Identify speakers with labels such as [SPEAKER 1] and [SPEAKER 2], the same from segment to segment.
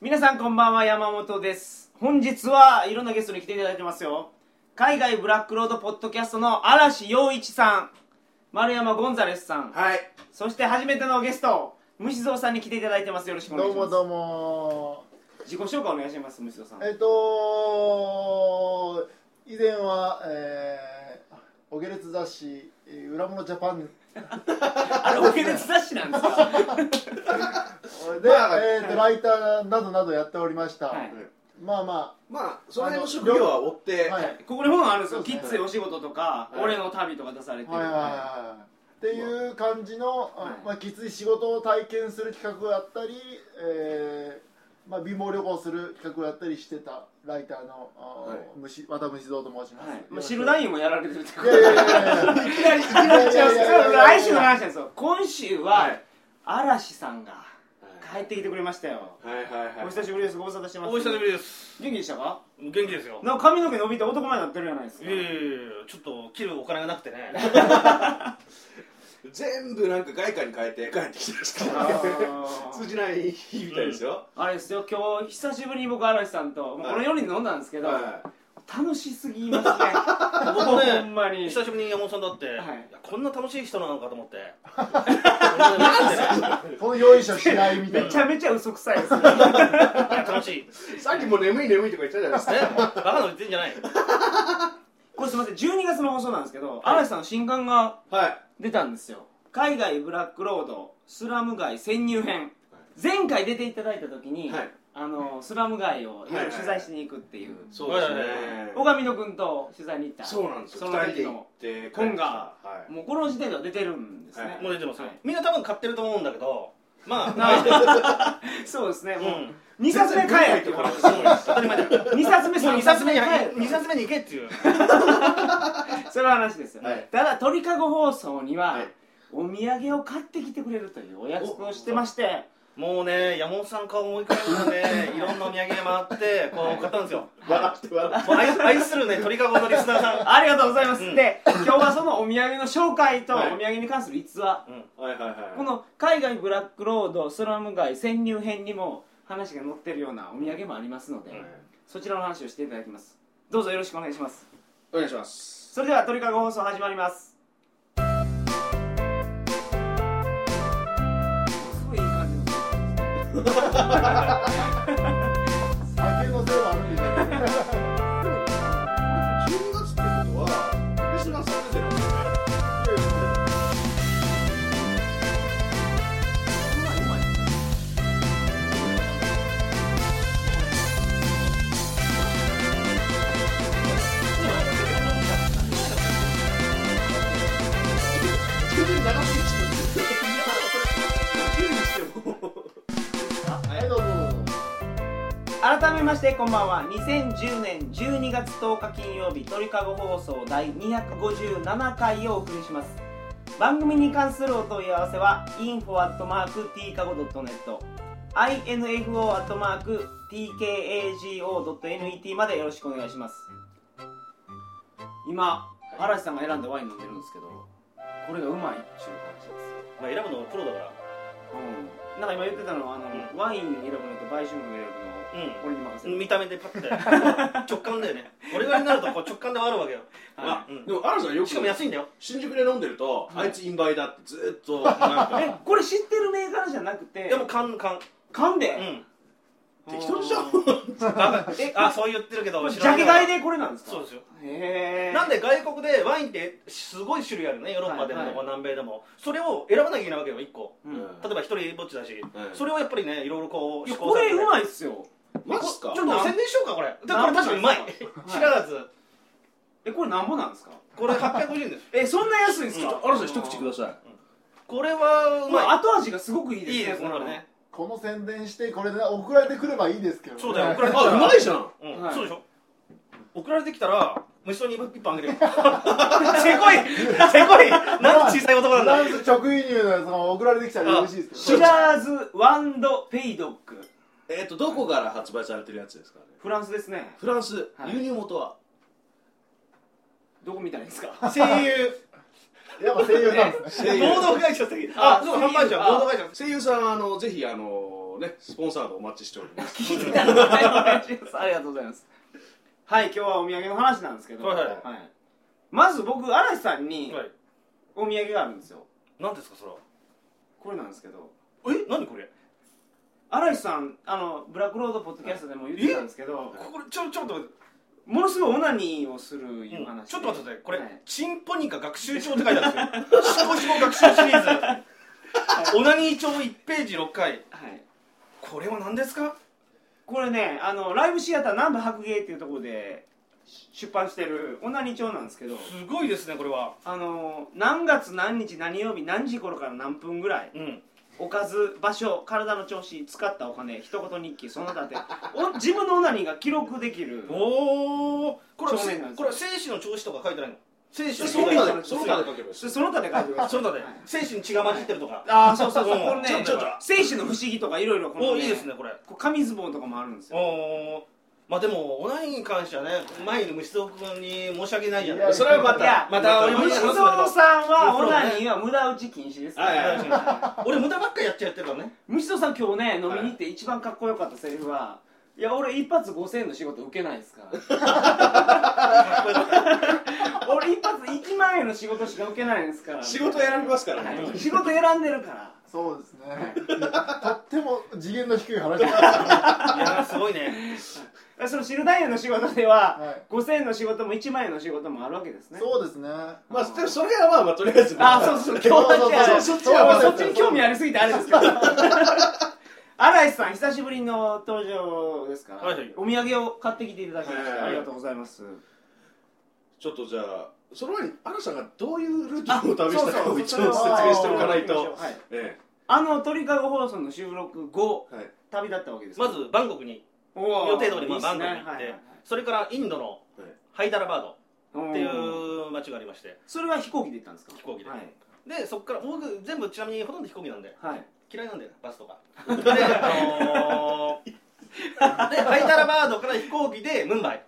[SPEAKER 1] 皆さんこんばんは山本です本日はいろんなゲストに来ていただいてますよ海外ブラックロードポッドキャストの嵐陽一さん丸山ゴンザレスさん
[SPEAKER 2] はい。
[SPEAKER 1] そして初めてのゲスト虫蔵さんに来ていただいてますよろしくお願い
[SPEAKER 2] どう
[SPEAKER 1] します
[SPEAKER 2] もどうも。
[SPEAKER 1] 自己紹介お願いします虫蔵さん
[SPEAKER 2] えっと、以前は、えー、オゲレツ雑誌、えー裏物ジャパンで、
[SPEAKER 1] あれおけで雑誌なんですか
[SPEAKER 3] まあ
[SPEAKER 2] えーとライターなどなどやっておりました。
[SPEAKER 1] はい
[SPEAKER 2] まあま
[SPEAKER 3] まあその辺の職業は追って、
[SPEAKER 2] あ、はい。
[SPEAKER 1] ここに本あるんですよ、
[SPEAKER 2] そうですね
[SPEAKER 1] きっついお仕事とか、
[SPEAKER 3] はい
[SPEAKER 1] 俺の旅とか出されてる、
[SPEAKER 2] はいはいはいはい。っていう感じの、あ
[SPEAKER 1] はい
[SPEAKER 2] まあ、きつい仕事を体験する企画をやったり、えーまあ、貧乏旅行する企画をやったりしてたライターの、あ
[SPEAKER 3] はい
[SPEAKER 2] 虫和田虫蔵と申します。
[SPEAKER 1] はいまあ、シルダインもやられてるってこ
[SPEAKER 2] い
[SPEAKER 1] と
[SPEAKER 2] やいやいやいや
[SPEAKER 1] いきなりいきなりちゃうんです
[SPEAKER 2] いやいやいやいや
[SPEAKER 1] 来週の話なんですよ今週は、
[SPEAKER 3] はい
[SPEAKER 1] 嵐さんが
[SPEAKER 3] は
[SPEAKER 1] 帰ってきてくれましたよ、
[SPEAKER 3] いはいはい
[SPEAKER 1] お久しぶりですご無沙汰してます
[SPEAKER 4] お久しぶりです
[SPEAKER 1] 元気でしたか
[SPEAKER 4] 元気ですよ
[SPEAKER 1] なんか髪の毛伸びて男前になってるじゃないですか、
[SPEAKER 4] いえいえいえちょっと切るお金がなくて ね
[SPEAKER 3] 全部なんか外貨に変えて帰ってきてまし
[SPEAKER 1] あ
[SPEAKER 3] た
[SPEAKER 1] ー
[SPEAKER 3] 通じない日みたいですよ、
[SPEAKER 1] あれですよ今日久しぶりに僕嵐さんと、もうこの4人で飲んだんですけど、
[SPEAKER 3] はい
[SPEAKER 1] 楽しすぎますね僕
[SPEAKER 4] もね
[SPEAKER 1] ほんまに
[SPEAKER 4] 久しぶりに山本さんと会って、
[SPEAKER 1] はい
[SPEAKER 4] いやこんな楽しい人なのかと思ってなん
[SPEAKER 2] この用意書しないみた
[SPEAKER 1] め
[SPEAKER 2] いな
[SPEAKER 1] ち。ゃめちゃ嘘くさいですよ
[SPEAKER 4] 楽しい
[SPEAKER 3] さっきも眠い眠いとか言ってたじゃないですか
[SPEAKER 4] えバカなこと言ってんじゃない
[SPEAKER 1] これすいません12月の放送なんですけど、嵐さんの新刊が
[SPEAKER 3] はい
[SPEAKER 1] 出たんですよ海外ブラックロードスラム街潜入編前回出ていただいた時に、
[SPEAKER 3] はい
[SPEAKER 1] あのスラム街をいろいろ取材しに行くっていう、
[SPEAKER 3] そうですね
[SPEAKER 1] 小上野君と取材に行った
[SPEAKER 3] そうなんですよ
[SPEAKER 1] その
[SPEAKER 3] 二人
[SPEAKER 1] 時
[SPEAKER 3] で行
[SPEAKER 1] の
[SPEAKER 3] って帰ってきた
[SPEAKER 1] 本が
[SPEAKER 3] はい
[SPEAKER 1] もうこの時点では出てるんですね、
[SPEAKER 3] はい
[SPEAKER 4] もう出てますよ、
[SPEAKER 1] はい
[SPEAKER 4] みんな多分買ってると思うんだけどまあ
[SPEAKER 1] な
[SPEAKER 4] 買って
[SPEAKER 1] そうですね、
[SPEAKER 4] るう
[SPEAKER 1] も
[SPEAKER 4] ん
[SPEAKER 1] う2冊目買えって
[SPEAKER 3] 全然
[SPEAKER 1] こ
[SPEAKER 3] 出
[SPEAKER 1] と
[SPEAKER 3] ない
[SPEAKER 1] で
[SPEAKER 3] け
[SPEAKER 1] す
[SPEAKER 3] ど
[SPEAKER 4] 当たり前だよ
[SPEAKER 1] 2冊目
[SPEAKER 4] もう
[SPEAKER 1] 3
[SPEAKER 4] 二冊目に
[SPEAKER 1] 買え
[SPEAKER 4] 二冊目に行けっていう
[SPEAKER 1] その話ですよ、
[SPEAKER 3] はい
[SPEAKER 1] ただ鳥かご放送には、
[SPEAKER 3] はい
[SPEAKER 1] お土産を買ってきてくれるというお約束をしてまして
[SPEAKER 4] もうね山本さん顔思い浮かべるのでいろんなお土産回ってこう買ったんですよ
[SPEAKER 3] 笑って笑って
[SPEAKER 4] もう愛愛するね鳥かごのリスナーさん
[SPEAKER 1] ありがとうございます、
[SPEAKER 4] うん
[SPEAKER 1] で今日はそのお土産の紹介とお
[SPEAKER 3] はい
[SPEAKER 1] 土産に関する逸話、
[SPEAKER 3] はいはいはい
[SPEAKER 1] この海外ブラックロードスラム街潜入編にも話が載ってるようなお土産もありますので、
[SPEAKER 3] はい
[SPEAKER 1] そちらの話をしていただきますどうぞよろしくお願いします
[SPEAKER 3] お願いします
[SPEAKER 1] それでは鳥かご放送始まりますすごいいい感じの
[SPEAKER 2] 酒のせいもあるみたいな。
[SPEAKER 3] 12月ってことはリスナーさん出てるんですよね
[SPEAKER 2] はい、どうぞ。
[SPEAKER 1] 改めましてこんばんは2010年12月10日金曜日鳥かご放送第257回をお送りします番組に関するお問い合わせは info.tkago.net info.tkago.net までよろしくお願いします今嵐さんが選んだワイン飲んでるんですけどこれがうまいっていう話ですよ
[SPEAKER 4] まあ、選ぶのプロだから
[SPEAKER 1] うんなんか今言ってたのはあの、
[SPEAKER 4] う
[SPEAKER 1] ワイン選ぶのと売春婦選ぶの
[SPEAKER 4] うん
[SPEAKER 1] 俺に任せる
[SPEAKER 4] 見た目でパッて直感だよね俺がになるとこう直感で分かるわけよ、
[SPEAKER 1] は
[SPEAKER 3] あでも、アラさんよく
[SPEAKER 4] しかも安いんだよ
[SPEAKER 3] 新宿で飲んでると、
[SPEAKER 1] はい
[SPEAKER 3] あいつインバイだってずーっとなん か
[SPEAKER 1] これ知ってるメーカーじゃなくて
[SPEAKER 4] でも缶缶
[SPEAKER 1] 噛ん
[SPEAKER 4] う
[SPEAKER 1] で、
[SPEAKER 4] ん
[SPEAKER 3] 適当でしょ
[SPEAKER 1] え
[SPEAKER 4] あそう言ってるけ ど
[SPEAKER 1] ジャケ買い
[SPEAKER 4] で
[SPEAKER 1] でこれなんですか
[SPEAKER 4] そうですよ
[SPEAKER 1] へえ
[SPEAKER 4] なんで外国でワインってすごい種類あるねヨーロッパでも、
[SPEAKER 1] はいはい
[SPEAKER 4] 南米でもそれを選ばなきゃいけないわけよ一個
[SPEAKER 1] うん
[SPEAKER 3] うん
[SPEAKER 4] 例えば一人ぼっちだし、
[SPEAKER 3] はい
[SPEAKER 4] それをやっぱりねいろいろこう
[SPEAKER 1] いや
[SPEAKER 4] 試行
[SPEAKER 1] これう
[SPEAKER 4] い
[SPEAKER 1] まいっすよ
[SPEAKER 3] マジっすか
[SPEAKER 4] ちょっと宣伝しようかこれでこ
[SPEAKER 1] なん
[SPEAKER 4] れ確かにうまい
[SPEAKER 1] なん
[SPEAKER 4] 白髪、
[SPEAKER 1] えこれなんぼなんですか
[SPEAKER 4] これ850円です
[SPEAKER 1] えそんな安いんです
[SPEAKER 4] うん
[SPEAKER 1] か
[SPEAKER 3] アラさん一口ください
[SPEAKER 4] これは
[SPEAKER 1] こ
[SPEAKER 4] う
[SPEAKER 1] れ
[SPEAKER 4] ま
[SPEAKER 1] 後味がすごくいい
[SPEAKER 4] い
[SPEAKER 1] です
[SPEAKER 4] い
[SPEAKER 1] ね
[SPEAKER 4] いですねこ
[SPEAKER 1] こ
[SPEAKER 4] れ
[SPEAKER 1] れ
[SPEAKER 4] ね
[SPEAKER 2] この宣伝して、これで送られてくればいいですけど、ね。
[SPEAKER 4] そうだよ送られてきた
[SPEAKER 3] あ、う
[SPEAKER 4] ら
[SPEAKER 3] まいじゃん
[SPEAKER 4] うん
[SPEAKER 1] はい
[SPEAKER 4] そうでしょ送られてきたら虫とに一本あげ るよせこいせこいなんて小さい男なん
[SPEAKER 2] フラ
[SPEAKER 4] だ
[SPEAKER 2] ンス直輸入のやつが送られてきたら嬉しいですけ
[SPEAKER 1] シ
[SPEAKER 2] ど。
[SPEAKER 1] ラーズワンドペイドック
[SPEAKER 3] えっと、どこから発売されてるやつですかね
[SPEAKER 1] フランスですね
[SPEAKER 3] フランス、
[SPEAKER 1] はい
[SPEAKER 3] 輸入元は
[SPEAKER 1] どこ見たらいいですか
[SPEAKER 4] 声優
[SPEAKER 2] やっぱ声優なんですね。
[SPEAKER 3] 声優
[SPEAKER 4] 合同会社先
[SPEAKER 1] あ
[SPEAKER 4] あそう販売者
[SPEAKER 1] あ
[SPEAKER 4] 合同会社
[SPEAKER 3] 声優さん、あの、ぜひあののねスポンサードお待ちしております
[SPEAKER 1] 聞いてたのはいお願いしますありがとうございますはい今日はお土産の話なんですけど、
[SPEAKER 4] はいはい
[SPEAKER 1] まず僕嵐さんに
[SPEAKER 4] はい
[SPEAKER 1] お土産があるんですよ
[SPEAKER 4] 何ですかそれは
[SPEAKER 1] これなんですけど
[SPEAKER 4] え何これ
[SPEAKER 1] 嵐さんあのブラックロードポッドキャストでも言ってたんですけど、
[SPEAKER 4] これちょちょっと待って
[SPEAKER 1] ものすごいオナニーをするいう話で、
[SPEAKER 4] ちょっと待ってくださいこれ、
[SPEAKER 1] はい
[SPEAKER 4] チンポニカ学習帳って書いてあるんですよシコシコ学習シリーズオナニー帳1ページ6回
[SPEAKER 1] はい
[SPEAKER 4] これは何ですか
[SPEAKER 1] これねあのライブシアター南部白芸っていうところでし出版してるオナニー帳なんですけど
[SPEAKER 4] すごいですねこれは
[SPEAKER 1] あの何月何日何曜日何時頃から何分ぐらい
[SPEAKER 4] うん
[SPEAKER 1] おかず場所体の調子使ったお金一言日記その他でお自分のオナニーが記録できる
[SPEAKER 4] おおこれは
[SPEAKER 1] そう
[SPEAKER 4] せ
[SPEAKER 1] なんです
[SPEAKER 4] これは精子の調子とか書いてないの精子の
[SPEAKER 1] その他で
[SPEAKER 3] その他で書けばいいで
[SPEAKER 1] そ
[SPEAKER 3] す
[SPEAKER 1] その他で書いてください
[SPEAKER 4] その他で
[SPEAKER 1] はい
[SPEAKER 4] 精子に血が混じってるとか、
[SPEAKER 1] ああそうそうそう
[SPEAKER 4] うん
[SPEAKER 1] これね
[SPEAKER 4] ちょちょちょ
[SPEAKER 1] 精子の不思議とかいろいろこ
[SPEAKER 4] お
[SPEAKER 1] の
[SPEAKER 4] おいいですねこれ
[SPEAKER 1] こう紙相撲とかもあるんです
[SPEAKER 4] お
[SPEAKER 1] よ
[SPEAKER 4] おまあでもオナニーに関してはね前に虫蔵君に申し訳ないじゃない
[SPEAKER 2] いや
[SPEAKER 3] そ
[SPEAKER 4] それ
[SPEAKER 3] れはま
[SPEAKER 1] いや
[SPEAKER 3] たまた
[SPEAKER 4] ま
[SPEAKER 3] お
[SPEAKER 4] た
[SPEAKER 3] 呼びし
[SPEAKER 1] 小
[SPEAKER 3] ます
[SPEAKER 1] 園さんは
[SPEAKER 4] もち
[SPEAKER 1] オ
[SPEAKER 4] ろんね
[SPEAKER 1] ナニーは無駄打ち禁止ですから
[SPEAKER 3] はいはいはい
[SPEAKER 4] 俺無駄ばっかりやっちゃやってるからね
[SPEAKER 1] 虫戸さん今日ね飲みに行って一番かっこよかったセリフは「いや俺一発5000円の仕事受けないです から」俺一発1万円の仕事しか受けないですから」
[SPEAKER 3] 仕事選びますからね
[SPEAKER 1] はい仕事選んでるから
[SPEAKER 2] そうですね とっても次元の低い話です、はい
[SPEAKER 4] やーすごいね
[SPEAKER 1] その知る男優の仕事では、
[SPEAKER 2] い、
[SPEAKER 1] 5000円の仕事も1万円の仕事もあるわけですね
[SPEAKER 2] そうですね
[SPEAKER 3] まあでもそれはまあまあとりあえず
[SPEAKER 1] あそうそう今日はじゃあ
[SPEAKER 2] そうそうそう
[SPEAKER 1] 今日はそっち
[SPEAKER 2] そうそうそう
[SPEAKER 1] に興味ありすぎてあれですけど嵐さん久しぶりの登場ですから、
[SPEAKER 4] はいはい
[SPEAKER 1] お土産を買ってきていただきまして、
[SPEAKER 3] はいはい
[SPEAKER 1] ありがとうございます
[SPEAKER 3] ちょっとじゃあその前に嵐さんがどういうルーティンを試し
[SPEAKER 1] そう
[SPEAKER 3] たかを一
[SPEAKER 1] そ
[SPEAKER 3] 応
[SPEAKER 1] う
[SPEAKER 3] 説明しておかないと
[SPEAKER 1] はい
[SPEAKER 3] え
[SPEAKER 1] あの鳥かご放送の収録後
[SPEAKER 3] えはい
[SPEAKER 1] 旅だったわけです
[SPEAKER 4] まずバンコクに
[SPEAKER 1] 予
[SPEAKER 4] 予定通りまあバンコクに行ってそれからインドのハイダラバードっていう町がありまして
[SPEAKER 1] それは飛行機で行ったんですか
[SPEAKER 4] 飛行機で
[SPEAKER 1] はい、
[SPEAKER 4] でそこから僕全部ちなみにほとんど飛行機なんで
[SPEAKER 1] はい、
[SPEAKER 4] 嫌いなんだよバスとかであのーでハイダラバードから飛行機でムンバイ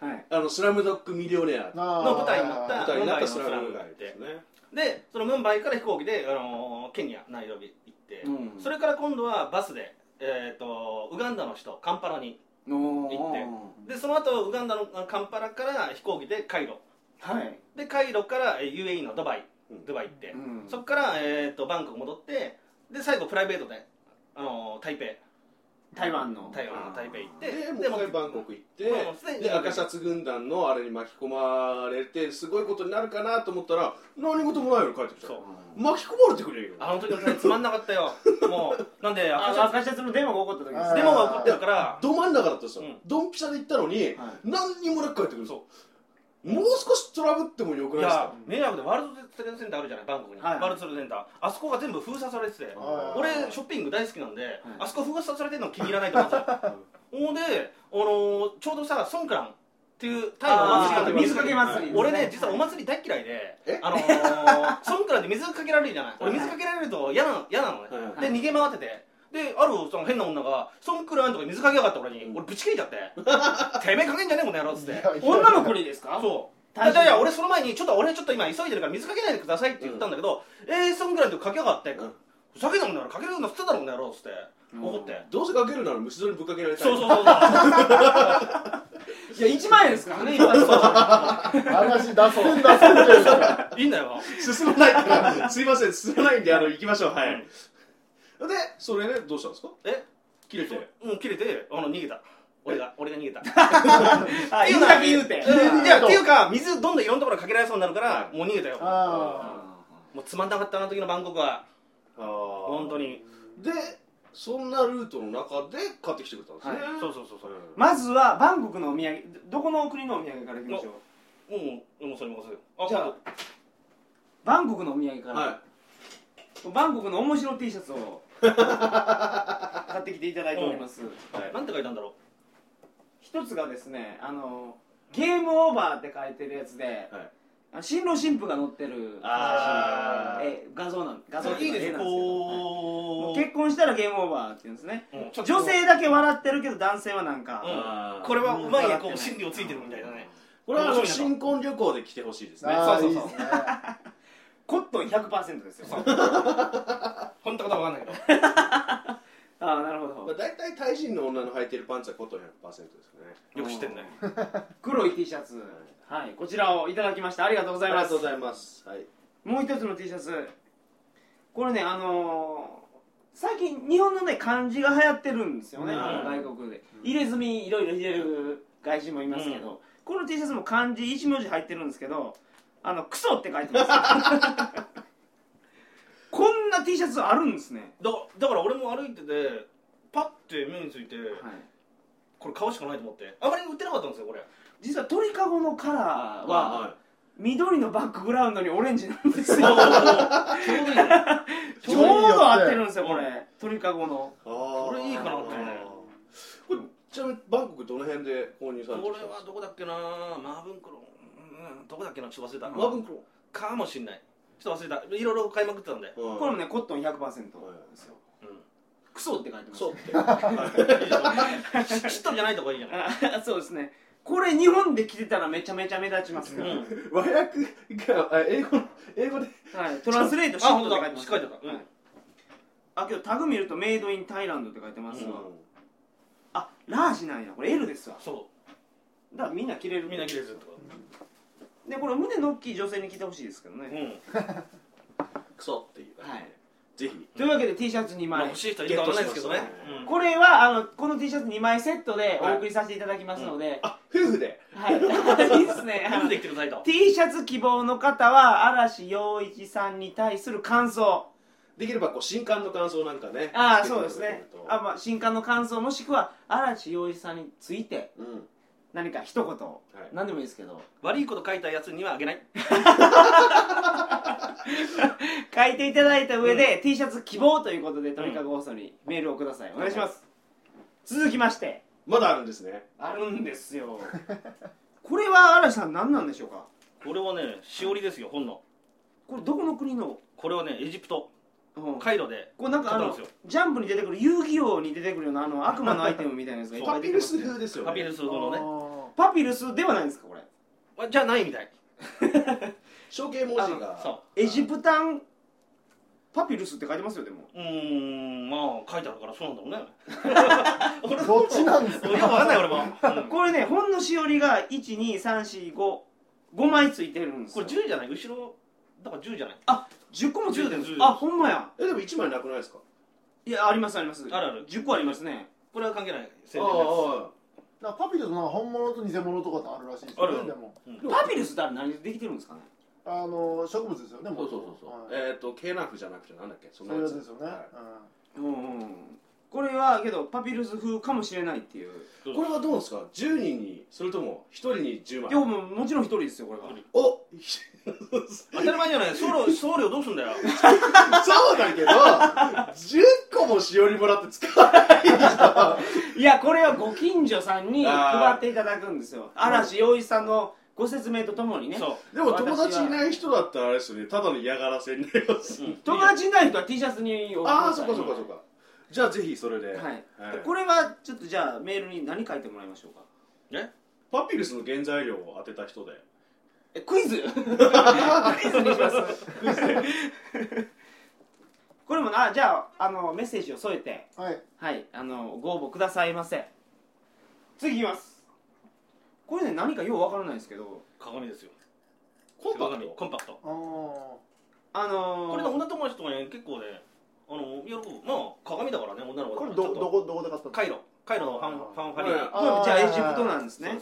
[SPEAKER 1] はい、
[SPEAKER 3] あのスラムドッグミリオネア
[SPEAKER 2] の
[SPEAKER 3] の
[SPEAKER 4] の舞台になった
[SPEAKER 3] 舞台になったスラム街ですね
[SPEAKER 4] でそのムンバイから飛行機で、あのーケニアナイロビ行って、
[SPEAKER 1] うん
[SPEAKER 4] それから今度はバスで、えー、とウガンダの首都カンパラに
[SPEAKER 1] 行
[SPEAKER 4] 行でその後ウガンダのあカンパラから飛行機でカイロ
[SPEAKER 1] はい、
[SPEAKER 4] でカイロからえー UAE のドバイ
[SPEAKER 3] うん
[SPEAKER 4] ドバイ行って、
[SPEAKER 1] うん
[SPEAKER 4] そこから、えー、とバンコク戻ってで最後プライベートで、あのー台北
[SPEAKER 1] 台湾の
[SPEAKER 4] 台湾の台北行って
[SPEAKER 3] で
[SPEAKER 4] で
[SPEAKER 3] もう一回バンコク行
[SPEAKER 4] もう
[SPEAKER 3] っ
[SPEAKER 4] すで
[SPEAKER 3] て
[SPEAKER 4] に
[SPEAKER 3] で赤シャツ軍団のあれに巻き込まれてすごいことになるかなと思ったら何事もないよ帰ってきた
[SPEAKER 4] そう
[SPEAKER 3] 巻き込まれてくれよ
[SPEAKER 4] あの時の時つまんなかったよもうなんで
[SPEAKER 1] あ
[SPEAKER 4] 赤シ
[SPEAKER 1] の
[SPEAKER 4] ャツ
[SPEAKER 1] 赤シャツのデモが起こった時ですね
[SPEAKER 4] デモが起こってるから
[SPEAKER 3] ど真ん中だったさ
[SPEAKER 4] うん
[SPEAKER 3] ドンピシャで行ったのに
[SPEAKER 1] は
[SPEAKER 3] 何にもなく帰ってくる
[SPEAKER 4] そ
[SPEAKER 3] もう少しトラブってもよく
[SPEAKER 4] い
[SPEAKER 3] ないです
[SPEAKER 4] や
[SPEAKER 3] か
[SPEAKER 4] 迷惑でワールドトレードセンターあるじゃないバンコクに、
[SPEAKER 1] はい
[SPEAKER 4] ワールドトレードセンターあそこが全部封鎖されてて
[SPEAKER 2] あー
[SPEAKER 4] 俺ショッピング大好きなんで、あそこ封鎖されてるの気に入らないと思ってた
[SPEAKER 3] うん
[SPEAKER 4] ほんで、あのーちょうどさソンクランっていうタイのお祭り
[SPEAKER 1] あ
[SPEAKER 4] があっ
[SPEAKER 1] ー
[SPEAKER 4] て
[SPEAKER 1] 水かけ
[SPEAKER 4] ます
[SPEAKER 1] 祭り
[SPEAKER 4] 俺ね実はお祭り大嫌いで
[SPEAKER 3] え
[SPEAKER 4] あのーソンクランで水かけられるじゃない俺水かけられると嫌なの嫌なのね、
[SPEAKER 3] はい
[SPEAKER 4] で逃げ回っててであるその変な女が「ソンクラン」とか水かけやがった俺に、
[SPEAKER 3] うん
[SPEAKER 4] 俺ぶち切れちゃって「てめえかけんじゃねえこの野郎」っつって
[SPEAKER 1] 女の子にですか
[SPEAKER 4] そう
[SPEAKER 1] 大丈夫
[SPEAKER 4] だだから俺その前にちょっと俺ちょっと今急いでるから水かけないでくださいって言ったんだけど、えー、そんぐらいの時かけやがって、
[SPEAKER 3] うん
[SPEAKER 4] ふざけんなもんならかけるような捨てたろこの野郎っつって
[SPEAKER 1] うん
[SPEAKER 4] 怒って、
[SPEAKER 3] どうせかけるなら虫取りぶっかけられたい
[SPEAKER 4] そうそうそうそう
[SPEAKER 1] いや1万円ですからね一発 そう
[SPEAKER 2] 話脱線脱線というか
[SPEAKER 4] いいんだ よ
[SPEAKER 3] 進まないからすいません進まないんであの行きましょうは
[SPEAKER 4] うん
[SPEAKER 3] いでそれねどうしたんですか
[SPEAKER 4] え
[SPEAKER 3] 切れて
[SPEAKER 4] そううん切れてあの逃げた俺が俺が逃 げたって
[SPEAKER 1] あ
[SPEAKER 4] い
[SPEAKER 1] 言
[SPEAKER 4] う
[SPEAKER 1] う
[SPEAKER 4] の
[SPEAKER 1] だけ言うて
[SPEAKER 4] んいやっていうか水どんどんいろんなところかけられそうになるから
[SPEAKER 3] は
[SPEAKER 4] もう逃げたよ
[SPEAKER 2] あ
[SPEAKER 4] もうつまんなかったな時のバンコクは
[SPEAKER 3] ああ
[SPEAKER 4] 本当に
[SPEAKER 3] でそんなルートの中で買ってきてくれたんですね、
[SPEAKER 1] は
[SPEAKER 4] そうそうそうそう
[SPEAKER 1] まずはバンコクのお土産どこの国のお土産からいきましょう
[SPEAKER 4] もうもうそれもそれよあ
[SPEAKER 1] じゃあバンコクのお土産から、
[SPEAKER 3] は
[SPEAKER 1] バンコクの面白 T シャツを買ってきていただいております
[SPEAKER 3] い、はい、
[SPEAKER 4] なんて書いたんだろ
[SPEAKER 1] 一つがですねあのゲームオーバーって書いてるやつで、
[SPEAKER 3] はい
[SPEAKER 1] あの新郎新婦が載ってる
[SPEAKER 3] あー
[SPEAKER 1] え画像なん画像
[SPEAKER 4] ういいです
[SPEAKER 1] 絵
[SPEAKER 4] よ
[SPEAKER 1] なんですけどはい
[SPEAKER 4] こう
[SPEAKER 1] 結婚したらゲームオーバーって言うんですね
[SPEAKER 4] うんちょっと
[SPEAKER 1] 女性だけ笑ってるけど男性はなんか、
[SPEAKER 4] うん
[SPEAKER 3] あー
[SPEAKER 4] これはうまいねこう心理をついてるみたいなね
[SPEAKER 3] これはあの新婚旅行で来てほしいです
[SPEAKER 2] ー
[SPEAKER 3] ね
[SPEAKER 2] あー
[SPEAKER 4] そう
[SPEAKER 2] い
[SPEAKER 4] そう
[SPEAKER 2] い
[SPEAKER 4] そ
[SPEAKER 2] で
[SPEAKER 4] う
[SPEAKER 2] すね
[SPEAKER 1] コットン100%ですよ
[SPEAKER 4] 本当かどうかわかんないけど
[SPEAKER 1] ああなるほ
[SPEAKER 3] まあ、
[SPEAKER 1] ど
[SPEAKER 3] 大体タイ人の女の履いてるパンツはコットン100%ですね
[SPEAKER 4] よく知ってんね
[SPEAKER 1] 黒い T シャツはいこちらをいただきましたありがとうご
[SPEAKER 3] あ
[SPEAKER 1] ざい
[SPEAKER 3] り
[SPEAKER 1] ま
[SPEAKER 3] が
[SPEAKER 1] す
[SPEAKER 3] とうございますはい
[SPEAKER 1] もう一つの T シャツこれねあのー最近日本のね漢字が流行ってるんですよね、
[SPEAKER 4] うん
[SPEAKER 1] 外国で入れ墨いろいろ入れる外人もいますけど、この T シャツも漢字1文字入ってるんですけどあのクソって書いて ますこんな T シャツあるんですね、
[SPEAKER 4] だだから俺も歩いててパッて目について
[SPEAKER 1] はい、
[SPEAKER 4] これ買うしかないと思ってあまり売ってなかったんですよこれ
[SPEAKER 1] 実は鳥かごのカラーは
[SPEAKER 3] は
[SPEAKER 1] 緑のバックグラウンドにオレンジなんです
[SPEAKER 4] そう
[SPEAKER 1] よ
[SPEAKER 4] ちょうどいいの
[SPEAKER 1] ちょうど合ってるんですよこれ鳥かごの
[SPEAKER 3] いこ
[SPEAKER 4] これいいかなこれ
[SPEAKER 3] これちなみにバンコクどの辺で購入されたん
[SPEAKER 4] こ
[SPEAKER 3] です
[SPEAKER 4] れ
[SPEAKER 3] か
[SPEAKER 4] はどこだっけなマーブンクロンうんどこだっけなちょっと忘れた
[SPEAKER 1] マ
[SPEAKER 3] マーブンクロ
[SPEAKER 4] かもしんないちょっと忘れたいろいろ買いまくってたんで
[SPEAKER 3] ン、うん
[SPEAKER 1] これもねコットン100%ですよ
[SPEAKER 4] うん
[SPEAKER 1] クソって書いてます
[SPEAKER 3] そうってはい
[SPEAKER 4] 知っとんじゃないとこいいじゃない
[SPEAKER 1] あ そうですねこれ日本で着てたらめちゃめちゃ目立ちますね、
[SPEAKER 4] うん
[SPEAKER 3] 和訳があ英語の英語で
[SPEAKER 1] はい、トランスレートシフトって書いてます
[SPEAKER 4] あ本当だしっかりと
[SPEAKER 1] はいあ今日タグ見るとメイドインタイランドって書いてますわ、あラージなんやこれ L ですわ
[SPEAKER 4] そ
[SPEAKER 1] だからみんな着れ
[SPEAKER 4] う
[SPEAKER 1] る
[SPEAKER 4] みんな綺麗ですとか
[SPEAKER 1] でこれ胸の大きい女性に着てほしいですけど
[SPEAKER 4] う
[SPEAKER 1] ね、
[SPEAKER 4] ん
[SPEAKER 3] クソっていう
[SPEAKER 1] はい
[SPEAKER 3] ぜひ
[SPEAKER 1] というわけで T シャツ2
[SPEAKER 4] まあ
[SPEAKER 1] 枚、
[SPEAKER 4] 欲しい人いるかわかんないですけどね
[SPEAKER 3] ゲットしました
[SPEAKER 4] うん
[SPEAKER 1] これはあのこの T シャツ2枚セットでお送りさせていただきますので、
[SPEAKER 3] あ夫婦で
[SPEAKER 1] はい、 いいですねあ
[SPEAKER 4] なん
[SPEAKER 1] の
[SPEAKER 4] で来てくださいと
[SPEAKER 1] T シャツ希望の方は嵐陽一さんに対する感想
[SPEAKER 3] できればこう新刊の感想なんかね
[SPEAKER 1] ああ
[SPEAKER 3] つけ
[SPEAKER 1] そ
[SPEAKER 3] て
[SPEAKER 1] う
[SPEAKER 3] い
[SPEAKER 1] で
[SPEAKER 3] た
[SPEAKER 1] す
[SPEAKER 3] だけ
[SPEAKER 1] ね
[SPEAKER 3] ると
[SPEAKER 1] あ、まあ、新刊の感想もしくは嵐陽一さんについて
[SPEAKER 3] うん
[SPEAKER 1] 何か一言、何でもいいですけど
[SPEAKER 4] 悪いこと書いたやつにはあげない
[SPEAKER 1] 書いていただいた上で、T シャツ希望ということでとにかく放送にメールをくださいお願いします、続きまして
[SPEAKER 3] まだあるんですね
[SPEAKER 1] あるんですよ これは嵐さん何なんでしょうか
[SPEAKER 4] これはねしおりですよほんの
[SPEAKER 1] これどこの国の、
[SPEAKER 4] これはねエジプト
[SPEAKER 1] うん
[SPEAKER 4] カイロで
[SPEAKER 1] これなんかあ
[SPEAKER 4] 買っ
[SPEAKER 1] の
[SPEAKER 4] たんです
[SPEAKER 1] ジャンプに出てくる遊戯王に出てくるようなあ の悪魔のアイテムみたいなやつがいっぱ
[SPEAKER 3] パ
[SPEAKER 1] い出
[SPEAKER 3] ピ
[SPEAKER 1] て
[SPEAKER 3] ル
[SPEAKER 1] ます
[SPEAKER 3] ス
[SPEAKER 1] ね
[SPEAKER 3] 風ですよね
[SPEAKER 4] パピルスのね
[SPEAKER 1] パピルスではないんですかこれ
[SPEAKER 4] あじゃないみたい
[SPEAKER 3] 象形文字
[SPEAKER 4] そ
[SPEAKER 3] が
[SPEAKER 4] う
[SPEAKER 1] エジプタンパピルスって書いてますよでも
[SPEAKER 4] うーんまあ書いてあるからそうなんだろうね 俺
[SPEAKER 2] どっちなんです
[SPEAKER 4] いやわかんない俺も、うん
[SPEAKER 1] これねほんのしおりが12345 5枚ついてるんです
[SPEAKER 4] こ
[SPEAKER 1] よ
[SPEAKER 4] れ10じゃない後ろだから10じゃない
[SPEAKER 1] 10個もついてるん
[SPEAKER 4] 10
[SPEAKER 1] です
[SPEAKER 4] です
[SPEAKER 1] あほんまや
[SPEAKER 3] えでも一枚なくないですか
[SPEAKER 1] いやありますあります
[SPEAKER 4] あるある
[SPEAKER 1] 10個ありますね
[SPEAKER 4] これは関係ない宣伝です
[SPEAKER 3] あ
[SPEAKER 2] なんかパピルスの本物と偽物とかってあるらしいです
[SPEAKER 4] ある
[SPEAKER 2] よねでも
[SPEAKER 1] パピルスってあれ何でできてるんですかね
[SPEAKER 2] あの植物ですよね
[SPEAKER 3] あそ
[SPEAKER 2] も
[SPEAKER 3] うそうそうそう、
[SPEAKER 2] はい
[SPEAKER 3] えっ、とケーナフじゃなくてなんだっけそん
[SPEAKER 2] そ
[SPEAKER 3] な
[SPEAKER 2] ういう
[SPEAKER 3] や
[SPEAKER 2] や
[SPEAKER 3] つ
[SPEAKER 2] つですよね、
[SPEAKER 3] は
[SPEAKER 1] うんうんうんこれはけどパピルス風かもしれないっていう
[SPEAKER 3] いこれはどうですか10人にそれとも1人に10
[SPEAKER 1] いや
[SPEAKER 3] 枚
[SPEAKER 1] もうもちろん一人ですよこれは
[SPEAKER 4] 一人
[SPEAKER 3] お
[SPEAKER 4] 当たり前じゃない送料送料どうすんだよ
[SPEAKER 3] そうだけど10個もしおりもらって使わない
[SPEAKER 1] いやこれはご近所さんに配っていただくんですよ嵐洋一さんのご説明とともにね
[SPEAKER 4] そ
[SPEAKER 3] でも友達いない人だったらあれですよねただの嫌がらせになります、
[SPEAKER 4] う、うん
[SPEAKER 1] 友達いない人は T シャツに送ってください
[SPEAKER 3] ああそっかそっかそっかじゃあぜひそれで、
[SPEAKER 1] はい
[SPEAKER 3] はい
[SPEAKER 1] これはちょっとじゃあメールに何書いてもらいましょうか
[SPEAKER 4] ね
[SPEAKER 3] パピルスの原材料を当てた人で
[SPEAKER 1] えクイズクイズにしますこれもなあじゃああのメッセージを添えて
[SPEAKER 2] はい
[SPEAKER 1] はいあのご応募くださいませ次いきますこれね何かようわからないですけど
[SPEAKER 4] 鏡ですよ
[SPEAKER 3] コンパク
[SPEAKER 4] 鏡
[SPEAKER 3] ト
[SPEAKER 4] コンパクト
[SPEAKER 2] あー
[SPEAKER 1] あのー、
[SPEAKER 4] これね女友達とかね結構ねあの喜ぶまあ鏡だからね女の子
[SPEAKER 2] これ
[SPEAKER 4] だから
[SPEAKER 2] ど
[SPEAKER 4] ち
[SPEAKER 2] ど
[SPEAKER 4] ょっと
[SPEAKER 2] こどこで買ったんですか
[SPEAKER 4] カイロカイロのファンファンファリー
[SPEAKER 3] はい
[SPEAKER 1] まあじゃあエ
[SPEAKER 2] あー
[SPEAKER 1] ジプトなんですね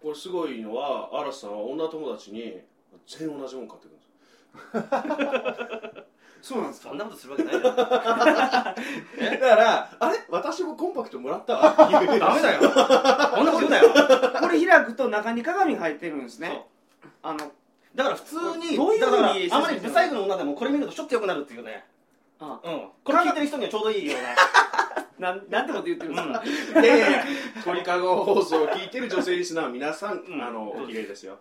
[SPEAKER 3] これすごいのは嵐さんは女友達に全員同じもん買ってくるんですよ
[SPEAKER 1] そうなんです
[SPEAKER 4] そんなことするわけない じゃんダ
[SPEAKER 3] だからあれ私もコンパクトもらったわって いう
[SPEAKER 4] メだよこんなこと言うなよ
[SPEAKER 1] これ開くと中に鏡が入ってるんですねあの
[SPEAKER 4] だから普通に
[SPEAKER 1] どういうふうに
[SPEAKER 4] だ
[SPEAKER 1] 説明する
[SPEAKER 4] からあまりブサイクの女でもこれ見るとちょっと良くなるっていうね
[SPEAKER 1] あ
[SPEAKER 4] うんこれ聞いてる人にはちょうどいいよ
[SPEAKER 1] なんなんてこと言ってるん
[SPEAKER 4] う
[SPEAKER 1] で
[SPEAKER 4] な
[SPEAKER 1] すか、
[SPEAKER 3] で鳥かご放送を聞いてる女性リスナーは皆さん、
[SPEAKER 4] うん
[SPEAKER 3] あのお綺麗ですよ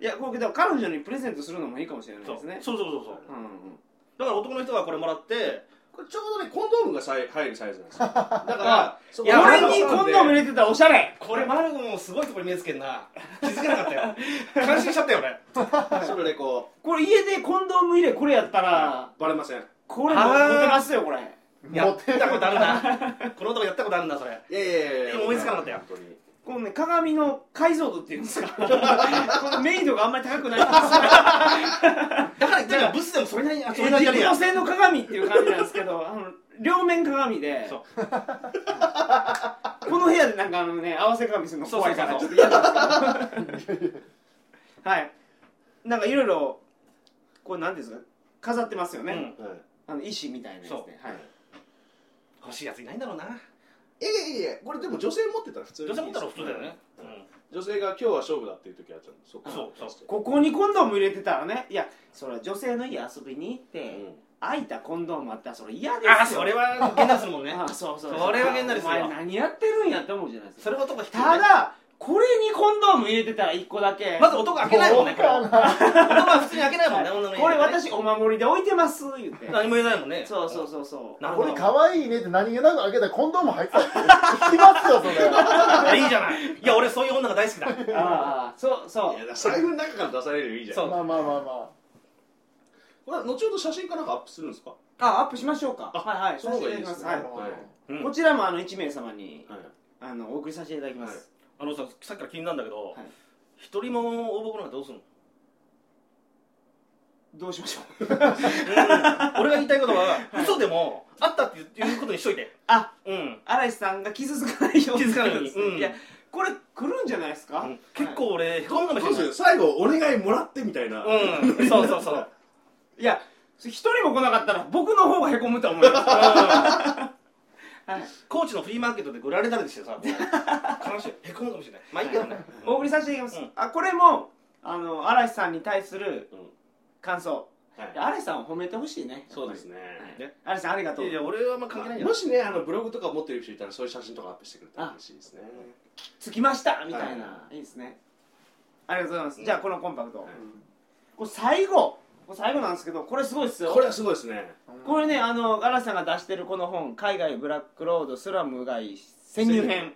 [SPEAKER 1] いやこれでも彼女にプレゼントするのもいいかもしれない
[SPEAKER 4] そう
[SPEAKER 1] ですね
[SPEAKER 4] そうそうそうそう
[SPEAKER 1] うんうん
[SPEAKER 4] だから男の人がこれもらって
[SPEAKER 3] これちょうどねコンドームがさい入るサイズなんですよだからそ
[SPEAKER 1] こ
[SPEAKER 3] こ
[SPEAKER 1] れに
[SPEAKER 3] なん
[SPEAKER 1] こん
[SPEAKER 3] で
[SPEAKER 1] なも入れてたらおしゃれ
[SPEAKER 4] これマルゴもすごいところに目つけんな気づかなかったよ感心しちゃったよ 俺
[SPEAKER 3] それでこ
[SPEAKER 1] これ家でコンドーム入れこれやったら
[SPEAKER 3] うバレません
[SPEAKER 1] これ
[SPEAKER 4] あー
[SPEAKER 1] モテますよこれ
[SPEAKER 4] やったことある なこの男やったことあるなそれ
[SPEAKER 3] いやいやいや
[SPEAKER 4] 今思いつかなかったよ
[SPEAKER 3] 本当に
[SPEAKER 1] このね鏡の解像度っていうんですか この明度があんまり高くないんです
[SPEAKER 4] だからだからブスでもそれなりにあそれなりにやるや
[SPEAKER 1] 女
[SPEAKER 4] ん
[SPEAKER 1] 性の鏡っていう感じなんですけどあの両面鏡で
[SPEAKER 4] そう
[SPEAKER 1] この部屋でなんかあのね合わせ鏡するの怖いから
[SPEAKER 4] そう
[SPEAKER 1] ちょ
[SPEAKER 4] そ
[SPEAKER 1] っと
[SPEAKER 4] う
[SPEAKER 1] 嫌なんですけどはいなんかいろいろこれなんていうんですか飾ってますよね、
[SPEAKER 4] うん
[SPEAKER 3] はい
[SPEAKER 1] あの石みたいなやつで、
[SPEAKER 4] そう
[SPEAKER 1] はい、
[SPEAKER 4] 欲しいやついないんだろうない
[SPEAKER 3] やいやいやこれでも女性持ってたら普通に
[SPEAKER 4] 女性持ったら普通だよね、
[SPEAKER 3] う
[SPEAKER 4] うんん、
[SPEAKER 3] 女性が今日は勝負だっていう時はちゃんとそこ
[SPEAKER 4] そうそう
[SPEAKER 1] ここにコンドーム入れてたらねいやそれは女性の家遊びに行って、
[SPEAKER 3] うん
[SPEAKER 1] 開いたコンドームあったらそれ嫌ですよ
[SPEAKER 4] ああそれはげんなりするもんね
[SPEAKER 1] あそうそう
[SPEAKER 4] それはげんなりするわ
[SPEAKER 1] お前何やってるんやって思うじゃないですか
[SPEAKER 4] それは男引くよね
[SPEAKER 1] ただこれにコンドーム入れてたら1個だけ
[SPEAKER 4] まず男開けないもんねこれ男は普通に開けないもんね女の家にね
[SPEAKER 1] これ私お守りで置いてます言って
[SPEAKER 4] 何も言えないもんね
[SPEAKER 1] そうそうそうそう
[SPEAKER 4] なる
[SPEAKER 2] こ
[SPEAKER 4] ほ
[SPEAKER 2] れ
[SPEAKER 4] ど
[SPEAKER 2] 可愛いねって何気なく開けたらコンドーム入ってたって聞きます よそれ
[SPEAKER 4] いやいいじゃないいや俺そういう女が大好きだ
[SPEAKER 1] ああそうそう
[SPEAKER 3] いや財布の中から出されるよいいじゃん
[SPEAKER 4] そう
[SPEAKER 2] まあまあまあま
[SPEAKER 3] これは後ほど写真かなんかアップするんですか
[SPEAKER 1] あアップしましょうかはいはい
[SPEAKER 3] その方がいいです
[SPEAKER 1] さ
[SPEAKER 3] ね
[SPEAKER 1] せてただき
[SPEAKER 2] あ、
[SPEAKER 1] ま
[SPEAKER 3] はい
[SPEAKER 4] うん
[SPEAKER 1] こちらもあの1名様に
[SPEAKER 3] はい
[SPEAKER 1] あのお送りさせていただきます
[SPEAKER 4] あのささっきから気になるんだけど
[SPEAKER 1] はい
[SPEAKER 4] 一人も応募来ないのどうすんの
[SPEAKER 1] どうしましょう
[SPEAKER 4] 俺が言いたいことは嘘でもあったって言ういうことにしといて
[SPEAKER 1] あ
[SPEAKER 4] うん
[SPEAKER 1] 嵐さんが傷つかないように
[SPEAKER 4] 傷つかないようにうん
[SPEAKER 1] いやこれ来るんじゃないですか
[SPEAKER 4] 結構俺へこむかもし
[SPEAKER 3] どうす
[SPEAKER 4] れ
[SPEAKER 3] る最後お願いもらってみたいな、
[SPEAKER 4] ないうんそうそうそう
[SPEAKER 1] いや一人も来なかったら僕の方がへこむと思い ますはい
[SPEAKER 4] 高知のフリーマーケットで売られたりしてさもう悲しいへこむかもしれないまあいいけどね
[SPEAKER 1] お送りさせていただきます、
[SPEAKER 4] うん
[SPEAKER 1] あこれもあの嵐さんに対する
[SPEAKER 3] うん
[SPEAKER 1] 感想、
[SPEAKER 3] はい
[SPEAKER 1] 嵐さんを褒めてほしいね
[SPEAKER 3] そうです
[SPEAKER 1] ね、
[SPEAKER 3] ね、
[SPEAKER 1] はい
[SPEAKER 4] ね
[SPEAKER 1] 嵐さんありがと
[SPEAKER 4] いうやいや俺はあんま関係ないんじゃな
[SPEAKER 3] も
[SPEAKER 4] い
[SPEAKER 3] しねあのブログとか持ってる人いたらそういう写真とかアップしてくれたら嬉しいですね
[SPEAKER 1] 着きましたみたいな、、
[SPEAKER 3] はい
[SPEAKER 1] いですねありがとうございます、
[SPEAKER 3] うん
[SPEAKER 1] じゃあこのコンパクト、
[SPEAKER 3] はい
[SPEAKER 1] これ最後これ最後なんですけどこれすごいっすよ
[SPEAKER 3] これはすごいですね
[SPEAKER 2] あ
[SPEAKER 1] これねあの嵐さんが出してるこの本「海外ブラックロードスラム街潜入
[SPEAKER 3] 潜
[SPEAKER 1] 編」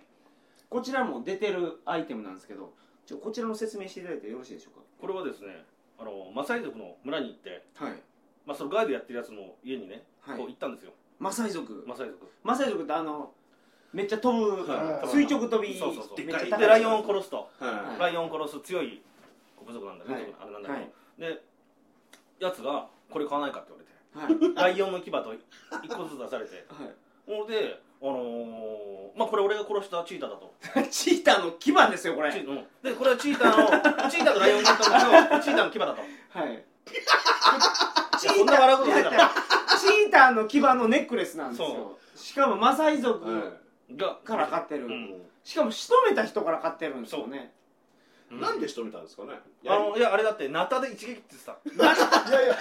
[SPEAKER 1] こちらも出てるアイテムなんですけどちょこちらの説明していただいてよろしいでしょう
[SPEAKER 4] これはですねあのマサイ族の村に行って
[SPEAKER 1] かはい
[SPEAKER 4] まあそのガイドやってるやつの家にね
[SPEAKER 1] はい
[SPEAKER 4] こう行ったんですよ
[SPEAKER 1] マサイ族
[SPEAKER 4] マサイ族
[SPEAKER 1] マサイ族ってあのめっちゃ飛ぶ、
[SPEAKER 2] はい
[SPEAKER 1] 垂直飛び
[SPEAKER 4] そうそうそう
[SPEAKER 1] め
[SPEAKER 4] で
[SPEAKER 1] っちゃ高い
[SPEAKER 4] ライオンを殺すと
[SPEAKER 3] は
[SPEAKER 4] ライオンを殺す強い部族なんだけど、
[SPEAKER 1] はい
[SPEAKER 4] あれなんだ
[SPEAKER 1] は
[SPEAKER 4] け
[SPEAKER 1] い
[SPEAKER 4] ど、でやつが「これ買わないか」って言わ れて
[SPEAKER 1] はい
[SPEAKER 4] ライオンの牙と一個ずつ出されてほんであのー、まあこれ俺が殺したチーターだと
[SPEAKER 1] はい チーターの牙ですよこれ
[SPEAKER 4] チーうんでこれはチータ ーのチーターとライオンだったんだけどチーターの牙だと
[SPEAKER 1] はい
[SPEAKER 4] いやそんな笑うことないだろ
[SPEAKER 1] チーターの牙のネックレスなんですよしかもマサイ
[SPEAKER 3] いはい
[SPEAKER 1] 族
[SPEAKER 4] が
[SPEAKER 1] から買ってる、
[SPEAKER 4] うん
[SPEAKER 1] しかも仕留めた人から買ってるんですよね
[SPEAKER 4] うん
[SPEAKER 3] なんで仕留めたんですかね
[SPEAKER 4] あのいやあれだってナタで一撃って言って
[SPEAKER 2] い
[SPEAKER 4] た
[SPEAKER 2] やいや
[SPEAKER 4] いや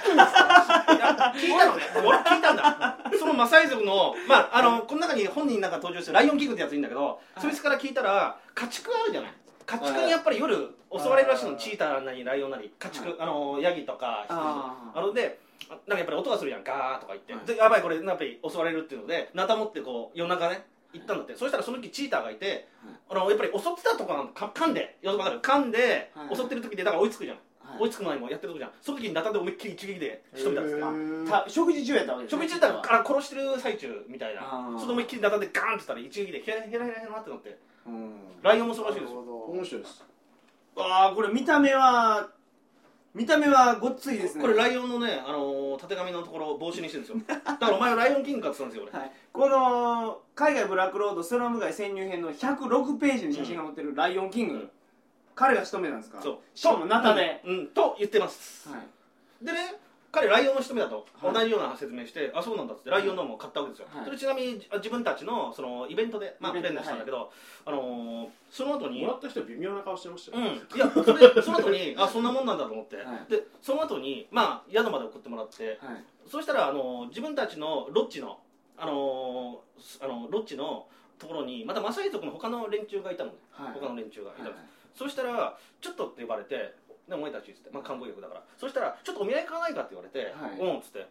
[SPEAKER 4] 聞いたのね俺聞いたんだそのマサイ族のまああのこの中に本人なんか登場してるライオンキングってやついるんだけどそいつから聞いたら家畜あるじゃない家畜にやっぱり夜襲われるらしい
[SPEAKER 2] は
[SPEAKER 4] の
[SPEAKER 2] い
[SPEAKER 4] チーターなりライオンなり家
[SPEAKER 1] はい
[SPEAKER 4] 畜あのヤギとか羊
[SPEAKER 1] あー
[SPEAKER 4] あのでなんかやっぱり音がするやんガーとか言
[SPEAKER 1] はい
[SPEAKER 4] ってでやばいこれやっぱり襲われるっていうのでナタ持ってこう夜中ね行ったんだってそしたらその時チーターがいてあのやっぱり襲ってたとこなんか噛んでよくわかる噛んで
[SPEAKER 1] はい
[SPEAKER 4] 襲ってる時でだから追いつくじゃん
[SPEAKER 1] はい
[SPEAKER 4] 追いつく前もやってる時じゃんその時にナタで思いっきり一撃で仕留めたんですよ
[SPEAKER 1] た食事中やったわけですね
[SPEAKER 4] 食事中から殺してる最中みたいな
[SPEAKER 1] あー
[SPEAKER 4] その思いっきりナタでガーンってしたら一撃でヘラヘラヘラヘラってなって
[SPEAKER 1] うん
[SPEAKER 4] ライオンもそう
[SPEAKER 2] な
[SPEAKER 4] らしい
[SPEAKER 2] る
[SPEAKER 4] ですよ
[SPEAKER 2] ほ
[SPEAKER 3] 面白いです
[SPEAKER 1] ああこれ見た目は見た目はごっついですね
[SPEAKER 4] これライオンのね、あのー、たてがみのところを帽子にしてるんですよ だからお前はライオンキングかって言ったんですよ
[SPEAKER 1] はい、この「海外ブラックロードスラム街潜入編」の106ページに写真が載ってるライオンキング、
[SPEAKER 4] うん
[SPEAKER 1] 彼が仕留めたんですか
[SPEAKER 4] 俺そう
[SPEAKER 1] しかもナタで、
[SPEAKER 4] うん、うんと言ってます、
[SPEAKER 1] はい、
[SPEAKER 4] でね彼ライオンの仕留めだと
[SPEAKER 1] はい
[SPEAKER 4] 同じような説明して、あそうなんだっつってライオンのも買ったわけですよ、
[SPEAKER 1] はい
[SPEAKER 4] それちなみにあ自分たちのそのイベントで、まあ、
[SPEAKER 1] イベントで
[SPEAKER 4] プレゼントしたんだけど、あのー、その後に
[SPEAKER 3] もらった人微妙な顔してました
[SPEAKER 4] う
[SPEAKER 3] よ、
[SPEAKER 4] ん、いやそれその後にあそんなもんなんだと思って、
[SPEAKER 1] はい
[SPEAKER 4] でその後にまあ宿まで送ってもらって
[SPEAKER 1] はい、
[SPEAKER 4] そうしたらあの自分たちのロッジのあのすあのロッジのところにまたマサイ族の他の連中がいたのね、
[SPEAKER 1] はい
[SPEAKER 4] 他の連中がいたの、そうしたら「ちょっと」って呼ばれて「ねお前たち」っつって、まあ、看護役だからそうしたら「ちょっとお土産買わないか」って言われて「
[SPEAKER 1] はい
[SPEAKER 4] うん」っつって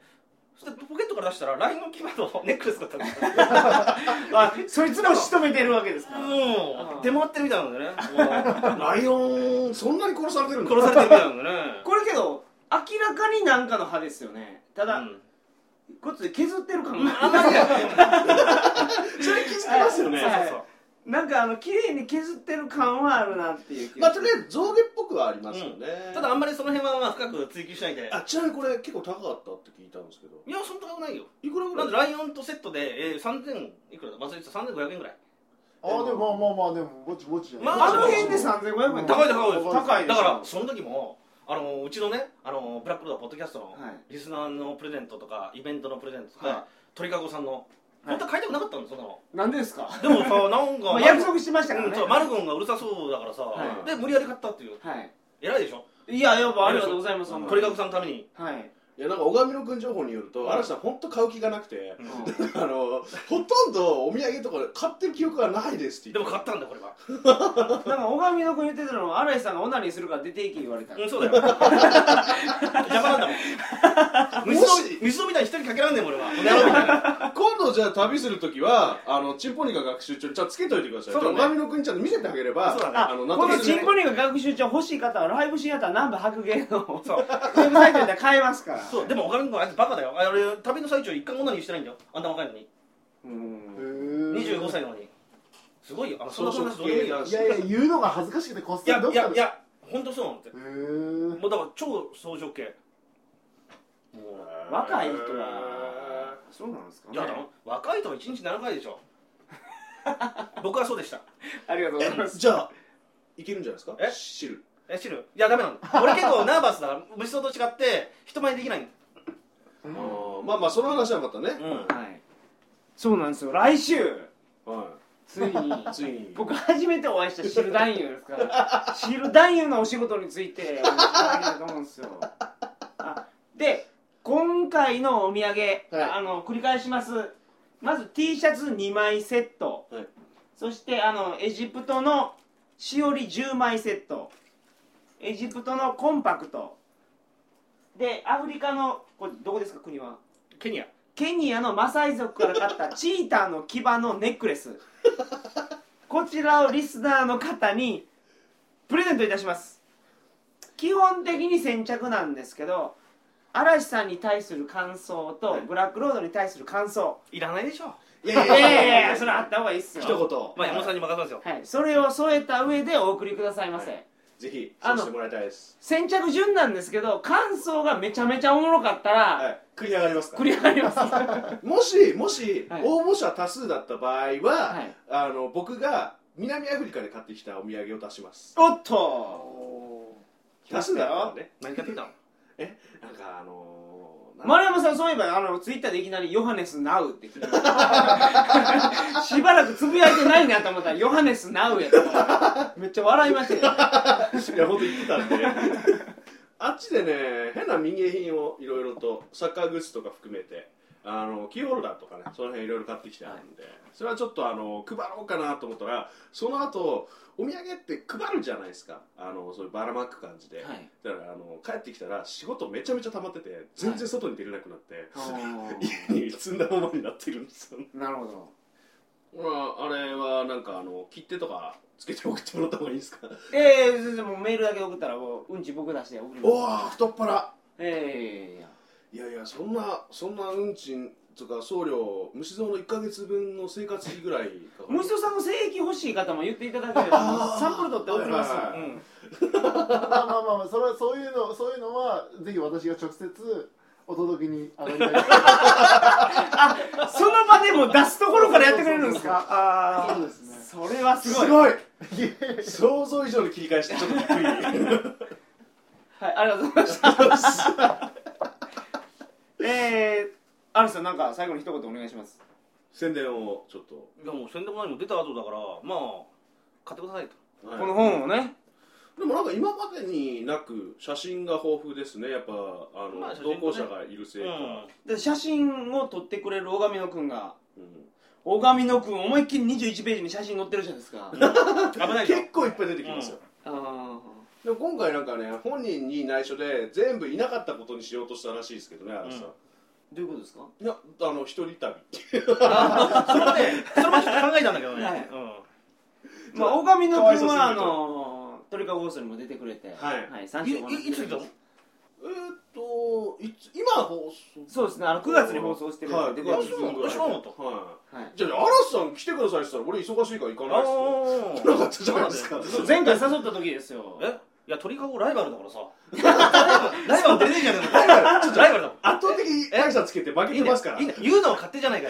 [SPEAKER 4] そしてポケットから出したらラインのキーワードネックレスだったんですよ
[SPEAKER 1] あそいつも仕留めてるわけですか
[SPEAKER 4] うん出回ってるみたいなん だよね
[SPEAKER 3] ライオンそんなに殺されてるんだ
[SPEAKER 4] 殺されてるみたいなんだよね
[SPEAKER 1] これけど明らかに何かの歯ですよねただ、
[SPEAKER 4] うん
[SPEAKER 1] こっちで削ってる感
[SPEAKER 4] あん
[SPEAKER 1] が
[SPEAKER 4] まりや
[SPEAKER 3] それ気づきますよね、
[SPEAKER 1] はい
[SPEAKER 4] そうそう
[SPEAKER 1] なんかあの綺麗に削ってる感はあるなっていう気
[SPEAKER 3] ま
[SPEAKER 1] が
[SPEAKER 3] あとりあえず象牙っぽくはありますよね、
[SPEAKER 4] ただあんまりその辺はまあ深く追求しないで
[SPEAKER 3] あちなみにこれ結構高かったって聞いたんですけど
[SPEAKER 4] いやそんな高くないよ
[SPEAKER 3] いくらぐ
[SPEAKER 4] ま
[SPEAKER 3] らい
[SPEAKER 4] ずライオンとセットで、えー、3000いくらだ忘れてた3500円ぐらい
[SPEAKER 2] ああでもまあまあまあでもぼちぼちだよ
[SPEAKER 4] ま
[SPEAKER 1] あの辺で3500円
[SPEAKER 4] 高い高い
[SPEAKER 1] 高い
[SPEAKER 4] だからその時もあのうちのねあのブラックロードポッドキャストの
[SPEAKER 1] はい
[SPEAKER 4] リスナーのプレゼントとかイベントのプレゼントとか、
[SPEAKER 1] は
[SPEAKER 4] 鳥かごさんの
[SPEAKER 1] い
[SPEAKER 4] 本当は買いたくなかったんですよ、
[SPEAKER 1] なんでですか
[SPEAKER 4] そんなのでもさなんか、
[SPEAKER 1] まあ約束してましたから
[SPEAKER 4] うん
[SPEAKER 1] ね
[SPEAKER 4] そうマルゴンがうるさそうだからさ、
[SPEAKER 1] はい
[SPEAKER 4] で無理やり買ったっていう
[SPEAKER 1] はい
[SPEAKER 4] 偉いでしょ
[SPEAKER 1] いややっぱありがとうございます
[SPEAKER 3] うん
[SPEAKER 4] 鳥かごさんのために、
[SPEAKER 1] はい
[SPEAKER 3] いやなんか小上野君情報によると、
[SPEAKER 4] うん
[SPEAKER 3] 嵐さん本当買う気がなくて、
[SPEAKER 1] うん
[SPEAKER 3] あのほとんどお土産とかで買ってる記憶はないですって
[SPEAKER 4] で
[SPEAKER 3] 言
[SPEAKER 4] も
[SPEAKER 3] って
[SPEAKER 4] 買ったんだこれは
[SPEAKER 1] なんか小上の子言ってたのは新井さんがオナニーするから出ていけ言われた
[SPEAKER 4] うんそうだよ邪魔なんだもん水
[SPEAKER 3] も
[SPEAKER 4] 飲
[SPEAKER 3] し
[SPEAKER 4] み水飲みたいに一人かけらんねん俺はこの野郎みたいな
[SPEAKER 3] 今度じゃあ旅するときはあのチンポニカ学習帳にちゃんとつけといてください
[SPEAKER 4] そうだね
[SPEAKER 3] 小上野君にちゃんと見せてあげれば
[SPEAKER 4] そうだね
[SPEAKER 3] あの納
[SPEAKER 1] この
[SPEAKER 3] 得する
[SPEAKER 1] チンポニが学習帳欲しい方はライブシアター南部白芸の
[SPEAKER 4] そう
[SPEAKER 1] ウェブサイトで買えますから
[SPEAKER 4] そうでも小上君あいつバカだよあれ旅の最中一回も何にしてないんだよあんな若いのに
[SPEAKER 1] うん
[SPEAKER 2] へえ
[SPEAKER 4] 25歳なのにすごいよあのそん
[SPEAKER 3] 草
[SPEAKER 4] な話
[SPEAKER 3] 食
[SPEAKER 4] どうでもいい
[SPEAKER 3] 系
[SPEAKER 4] よ
[SPEAKER 2] い
[SPEAKER 3] 男子
[SPEAKER 2] やいや言うのが恥ずかしくてこっ
[SPEAKER 4] い
[SPEAKER 2] そ
[SPEAKER 4] や
[SPEAKER 2] りどっ
[SPEAKER 4] い
[SPEAKER 2] か
[SPEAKER 4] や
[SPEAKER 2] で
[SPEAKER 4] いや本当そうなんて
[SPEAKER 2] へー
[SPEAKER 4] もうだから超草食系も
[SPEAKER 1] 若い人はそうなんですか
[SPEAKER 4] ういやだ若い人は1日7回でしょ僕はそうでした
[SPEAKER 1] ありがとうございます
[SPEAKER 3] じゃあいけるんじゃないですか
[SPEAKER 4] え
[SPEAKER 3] 汁
[SPEAKER 4] え知るいやダメなの俺結構ナーバスだ無思想と違って人前できないの
[SPEAKER 3] あーまあまあその話はまたね、
[SPEAKER 4] う
[SPEAKER 1] はいそうなんですよ来週
[SPEAKER 3] は
[SPEAKER 1] ついに
[SPEAKER 3] い、ついに
[SPEAKER 1] 僕初めてお会いしたシル男優ですからシル男優のお仕事についてお話ししたいと思うんですよあで今回のお土産、あの繰り返しますまず T シャツ2枚セット、
[SPEAKER 3] はい
[SPEAKER 1] そしてあのエジプトのしおり10枚セットエジプトのコンパクトでアフリカのこれどこですか国は
[SPEAKER 4] んケニア
[SPEAKER 1] ケニアのマサイ族から買ったチーターの牙のネックレスこちらをリスナーの方にプレゼントいたします基本的に先着なんですけど嵐さんに対する感想とブラックロードに対する感想
[SPEAKER 4] いらないでしょ
[SPEAKER 3] いやい
[SPEAKER 1] い
[SPEAKER 3] や
[SPEAKER 1] や
[SPEAKER 3] い
[SPEAKER 1] い
[SPEAKER 3] や
[SPEAKER 1] や
[SPEAKER 3] い
[SPEAKER 1] い
[SPEAKER 3] や
[SPEAKER 1] や
[SPEAKER 3] い
[SPEAKER 1] い
[SPEAKER 3] や
[SPEAKER 1] やそれあった方がいいっすよ
[SPEAKER 3] 一言、
[SPEAKER 4] まあ山本さんに任せますよ
[SPEAKER 1] はい、それを添えた上でお送りくださいませ、
[SPEAKER 3] ぜひ
[SPEAKER 1] あ
[SPEAKER 3] そう
[SPEAKER 1] の
[SPEAKER 3] してもらいたいです
[SPEAKER 1] 先着順なんですけど感想がめちゃめちゃおもろかったら、
[SPEAKER 3] はい繰り上がりますか
[SPEAKER 1] 繰り上がり ますは
[SPEAKER 3] もしもし、
[SPEAKER 1] はい
[SPEAKER 3] 応募者多数だった場合は、
[SPEAKER 1] い
[SPEAKER 3] あの僕が南アフリカで買ってきたお土産を出します
[SPEAKER 1] おっと
[SPEAKER 3] 多数だよね
[SPEAKER 4] 何買ってきたの
[SPEAKER 3] なんかあのーなん
[SPEAKER 1] 丸山さんそういえばあのツイッターでいきなり「ヨハネスナウ」って聞い たしばらくつぶやいてないなと思ったら「ヨハネスナウ」やったからめっちゃ笑いま したよ、
[SPEAKER 3] いや本当言ってたん であっちでね変な民芸品をいろいろとサッカーグッズとか含めてあのキーホルダーとかねその辺いろいろ買ってきてあるんで、それはちょっとあの配ろうかなと思ったらその後お土産って配るじゃないですかあのそういうばらまく感じで、
[SPEAKER 1] はい
[SPEAKER 3] だからあの帰ってきたら仕事めちゃめちゃ溜まってて全然外に出れなくなって、家に積んだままになってるんですよね
[SPEAKER 1] なるほど
[SPEAKER 3] ほらあれはなんかあの切手とかつけて送ってもらった方がいいですか
[SPEAKER 1] ええ先生もうメールだけ送ったらもううんち僕出して送ります
[SPEAKER 3] おお太っ腹
[SPEAKER 1] ええ
[SPEAKER 3] いやいやそんなそんな運賃とか送料虫蔵の1か月分の生活費ぐらいかか
[SPEAKER 1] むしろさんの精液欲しい方も言っていただければサンプル取って送りますよ、
[SPEAKER 3] はいはいはい
[SPEAKER 1] うん
[SPEAKER 2] まあまあまあまあそれはそういうのそういうのはぜひ私が直接お届けに上がりたい
[SPEAKER 1] その場でもう出すところからやってくれるんですかああ
[SPEAKER 2] そうですね
[SPEAKER 1] それはすごい
[SPEAKER 3] ごい
[SPEAKER 2] いやいやいや
[SPEAKER 3] 想像以上に切り返してちょっとびっくり
[SPEAKER 1] はい、ありがとうございました。 えー、アルさん、なんか最後に一言お願いします。
[SPEAKER 3] 宣伝をちょっと、
[SPEAKER 4] いやもう宣伝も何も出た後だからまあ買ってくださいと
[SPEAKER 3] はい
[SPEAKER 1] この本をね、
[SPEAKER 3] でもなんか今までになく写真が豊富ですねやっぱあの、
[SPEAKER 4] まあ写真
[SPEAKER 3] 同
[SPEAKER 4] ね
[SPEAKER 3] 行者がいるせいか、
[SPEAKER 1] で写真を撮ってくれる大神野くんが、
[SPEAKER 3] うん
[SPEAKER 1] 大神野くん、思いっきり21ページに写真載ってるじゃないですか。
[SPEAKER 4] 危ないよ
[SPEAKER 3] 結構いっぱい出てきますよ、
[SPEAKER 1] あ
[SPEAKER 3] でも今回なんかね本人に内緒で全部いなかったことにしようとしたらしいですけどねあのさ、
[SPEAKER 1] ーどういうことですか
[SPEAKER 3] ん、いやあの一人旅
[SPEAKER 4] それはねそれもちょっと考えたんだけどね、
[SPEAKER 1] はい
[SPEAKER 4] うん
[SPEAKER 1] まあ、大神野くん
[SPEAKER 3] かわいそうすぎ
[SPEAKER 1] は、あ
[SPEAKER 3] ると
[SPEAKER 1] のー、トリカゴースにも出てくれて、
[SPEAKER 3] はい
[SPEAKER 1] 三
[SPEAKER 4] い
[SPEAKER 1] 章
[SPEAKER 4] いいつ来た
[SPEAKER 3] えー
[SPEAKER 4] の
[SPEAKER 3] っといつ今放送
[SPEAKER 1] そうですねあの9月に放送してるんで
[SPEAKER 3] はい、
[SPEAKER 1] で
[SPEAKER 3] 9
[SPEAKER 1] 5
[SPEAKER 3] 月
[SPEAKER 1] 月
[SPEAKER 4] そうなの
[SPEAKER 3] 分ぐらい
[SPEAKER 4] 知らなかった
[SPEAKER 3] は
[SPEAKER 1] はい
[SPEAKER 3] い、じゃあ嵐さん来てくださいって言ったら俺忙しいから行かないっす よ来
[SPEAKER 4] あ
[SPEAKER 3] なかったじゃないですか
[SPEAKER 1] そう前回誘った時ですよ
[SPEAKER 4] えいや鳥かごライバルだからさライバル出てねえじゃねえかライバルだもん
[SPEAKER 3] 圧倒的大差つけて負け
[SPEAKER 4] い
[SPEAKER 3] て
[SPEAKER 4] いんだよ
[SPEAKER 3] ますから
[SPEAKER 4] いいんだよ言うのは勝手じゃないか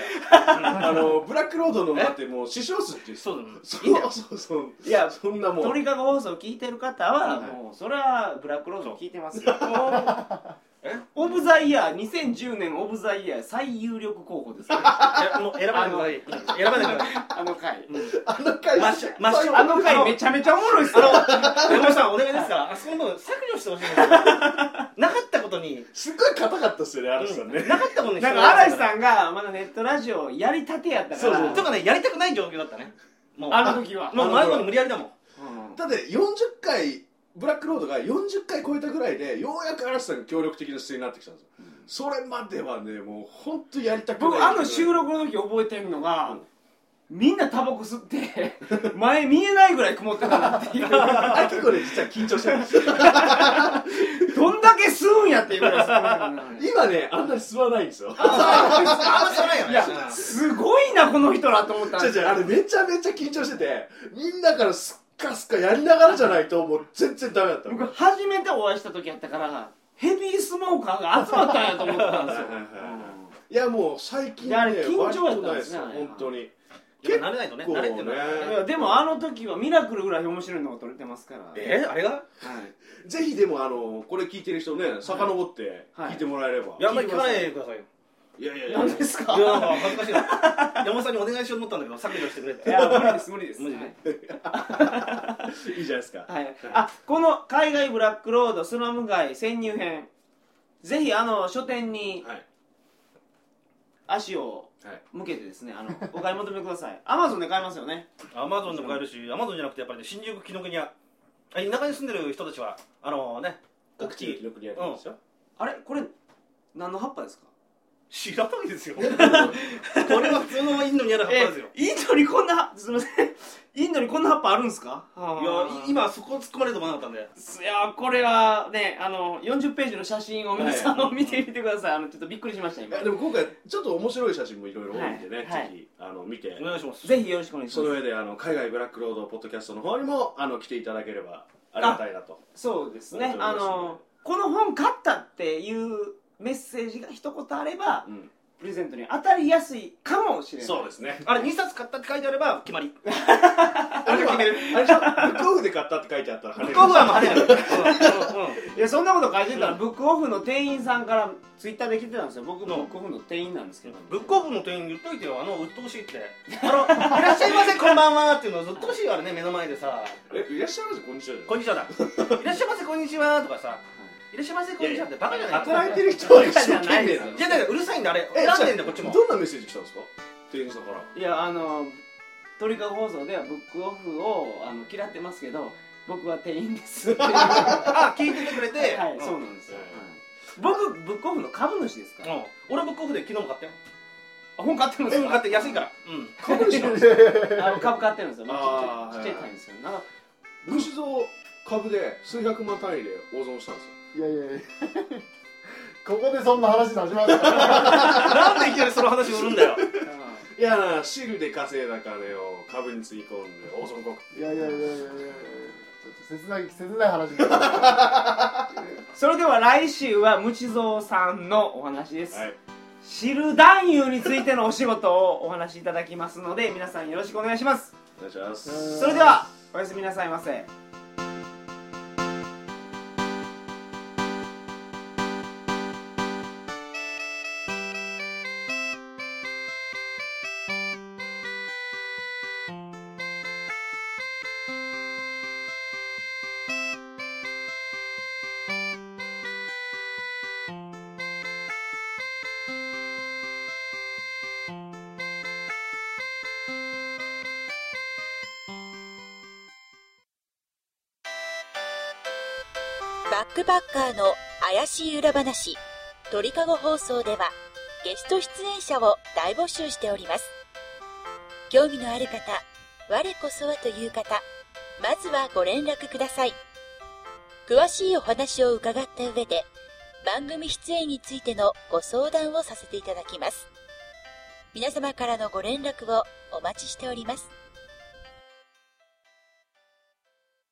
[SPEAKER 4] ら
[SPEAKER 3] あのブラックロードのだってもう死傷数っていう
[SPEAKER 4] そうだ
[SPEAKER 3] そう
[SPEAKER 4] いいんだよ
[SPEAKER 3] そうそう
[SPEAKER 1] いや
[SPEAKER 3] そんなもん
[SPEAKER 1] 鳥かご放送を聞いてる方は、
[SPEAKER 3] はい
[SPEAKER 1] もうそれはブラックロードを聞いてますよ オブザイヤー2010年オブザイヤー最有力候補です から
[SPEAKER 4] いやもう選ばないでください選ばないでください
[SPEAKER 1] あの回
[SPEAKER 3] あの回
[SPEAKER 4] マッシュマッシュ
[SPEAKER 1] あの回めちゃめちゃおもろいっすよ
[SPEAKER 4] 山本さんお願いですからあそこの削除してほしいんですよなかったことに
[SPEAKER 3] すっごい硬かったっすよね嵐さんね
[SPEAKER 4] なかったことに
[SPEAKER 1] なんか嵐
[SPEAKER 4] ん
[SPEAKER 1] さんがまだネットラジオやりたてやったから
[SPEAKER 3] そう
[SPEAKER 4] とかねやりたくない状況だったねもう
[SPEAKER 1] あの時は
[SPEAKER 4] もう前まで無理やりだもん
[SPEAKER 1] うん
[SPEAKER 3] だって40回ブラックロードが40回超えたぐらいでようやく嵐さんが協力的な姿勢になってきたんですよ、それまではねもう本当やりたくない
[SPEAKER 1] 僕あの収録の時覚えてるのが、みんなタバコ吸って前見えないぐらい曇ってたな っていう
[SPEAKER 3] あれ結構ね実は緊張してるんですよ
[SPEAKER 1] どんだけ吸うんやっていうぐらい吸ってましたからね
[SPEAKER 3] 今ねあんなに吸わないんですよ
[SPEAKER 4] あんま知らないよね
[SPEAKER 1] いや、すごいな、この人らと思ったん
[SPEAKER 3] じ
[SPEAKER 1] で
[SPEAKER 3] ゃ
[SPEAKER 1] す
[SPEAKER 3] じ
[SPEAKER 1] よ
[SPEAKER 3] ゃあれめちゃめちゃ緊張しててみんなからすっかすかやりながらじゃないともう全然ダメだったの
[SPEAKER 1] 僕、初めてお会いした時やったから、ヘビースモーカーが集まったんやと思ったんですよ。
[SPEAKER 3] はいはいいやもう最近
[SPEAKER 1] い
[SPEAKER 3] ね
[SPEAKER 1] やあれ緊張やったん
[SPEAKER 3] 割とない
[SPEAKER 1] で
[SPEAKER 3] ですす
[SPEAKER 1] ね
[SPEAKER 3] よ
[SPEAKER 1] あれ
[SPEAKER 3] 本当に
[SPEAKER 4] やっぱ慣れないとね
[SPEAKER 3] 結構
[SPEAKER 4] 慣れてない
[SPEAKER 1] うんいやでも、あの時はミラクルぐらい面白いのが撮れてますから。
[SPEAKER 4] えあれが
[SPEAKER 1] はい
[SPEAKER 3] ぜひでもあのこれ聞いてる人ね遡って
[SPEAKER 1] はい
[SPEAKER 3] 聞いてもらえれば、
[SPEAKER 4] いやあんまり聞かないでくださいよ
[SPEAKER 3] い、やいやいや
[SPEAKER 1] 何ですか
[SPEAKER 4] いやなんか恥ずかしいな山本さんにお願いしようと思ったんだけど削除してくれって
[SPEAKER 1] いや、無理です、無理です。
[SPEAKER 4] 無理ね
[SPEAKER 1] はい
[SPEAKER 3] いいじゃないですか、
[SPEAKER 1] はい、あこの海外ブラックロードスラム街潜入編ぜひあの書店に
[SPEAKER 3] はい
[SPEAKER 1] 足を
[SPEAKER 3] はい
[SPEAKER 1] 向けてですねあのお買い求めくださいアマゾンで買えますよね
[SPEAKER 4] アマゾンでも買えるしアマゾンじゃなくてやっぱりね新宿紀ノ国屋あ田舎に住んでる人たちはあのね
[SPEAKER 3] 各地の記録にあるんですよ、
[SPEAKER 1] あれこれ何の葉っぱですか
[SPEAKER 4] 知らないですよこれは普通のインドにある葉っぱですよ
[SPEAKER 1] えインドにこんなすみませんインドにこんな葉っぱあるんですか
[SPEAKER 4] いやい今そこ突っ込まれると思わなかったんで
[SPEAKER 1] いやこれはねあの40ページの写真を皆さん
[SPEAKER 3] は
[SPEAKER 1] も見てみてくださいあのちょっとびっくりしました今
[SPEAKER 3] いやでも今回ちょっと面白い写真もいろいろ多いんでね、
[SPEAKER 1] はいはい
[SPEAKER 3] ぜひあの見て
[SPEAKER 4] お願いします
[SPEAKER 1] ぜひよろしくお願いし
[SPEAKER 3] その
[SPEAKER 1] ます
[SPEAKER 3] 上であの海外ブラックロードポッドキャストの方にもあの来ていただければありがたいなと
[SPEAKER 1] そうですね
[SPEAKER 3] 本当
[SPEAKER 1] あ
[SPEAKER 3] に嬉しいね
[SPEAKER 1] のこの本買ったっていうメッセージが一言あれば
[SPEAKER 3] うん
[SPEAKER 1] プレゼントに当たりやすいかもしれない
[SPEAKER 3] そうですね
[SPEAKER 4] あれ2冊買ったって書いてあれば決まり
[SPEAKER 3] あれはあれじゃブックオフで買ったって書いてあったら
[SPEAKER 4] 僕はもう晴れ るうんうん
[SPEAKER 1] いやそんなこと書いてたら、ブックオフの店員さんからツイッターで来てたんですよ僕もブックオフの店員なんですけど
[SPEAKER 4] ブックオフの店員言っといてよあの鬱陶しいってあの「いらっしゃいませこんばんは」っていうのずっとしいよあれね目の前でさ
[SPEAKER 3] えいらっしゃいませこんにちは
[SPEAKER 4] 「こんにちは」だ「いらっしゃいませこんにちは」とかさ「いらっしゃいませこんにちは」ってバカじゃない
[SPEAKER 3] 働いてる人は一生懸命なの
[SPEAKER 4] いやだからうるさいんだあれ選んでんだよこっちも
[SPEAKER 3] どんなメッセージ来たんですか店員さんか
[SPEAKER 1] い
[SPEAKER 3] ら
[SPEAKER 1] やあの鳥かご放送ではブックオフをあの嫌ってますけど僕は店員 ですっていうは
[SPEAKER 4] あ聞いててくれて
[SPEAKER 1] い
[SPEAKER 4] うん
[SPEAKER 1] そうなんですよ、はい僕ブックオフの株主ですから、
[SPEAKER 4] うん俺ブックオフで昨日も買ったよ
[SPEAKER 1] あ本買ってるんです
[SPEAKER 4] 全部買って安いかららうん
[SPEAKER 3] 株 主なんで す
[SPEAKER 1] あの株買ってるんですよちっちゃ
[SPEAKER 3] あ
[SPEAKER 1] い
[SPEAKER 3] ー
[SPEAKER 1] ちっちゃい単位ですよなんか
[SPEAKER 3] 虫蔵株で数百万単位で大損したんですよ
[SPEAKER 2] いやいやいやここでそんな話始まった
[SPEAKER 4] なんでいきなりその話売るんだよ
[SPEAKER 3] いやー汁で稼いだ金を株につぎ込んで大損国
[SPEAKER 2] いやいやいやいやいやいやちょっと切ない切ない話だな
[SPEAKER 1] それでは来週はムチゾウさんのお話です、
[SPEAKER 3] はい
[SPEAKER 1] 知る男優についてのお仕事をお話しいただきますので皆さんよろしくお願いします
[SPEAKER 3] お願いします
[SPEAKER 1] それではおやすみなさいませ
[SPEAKER 5] バックパッカーの怪しい裏話、鳥かご放送では、ゲスト出演者を大募集しております。興味のある方、我こそはという方、まずはご連絡ください。詳しいお話を伺った上で、番組出演についてのご相談をさせていただきます。皆様からのご連絡をお待ちしております。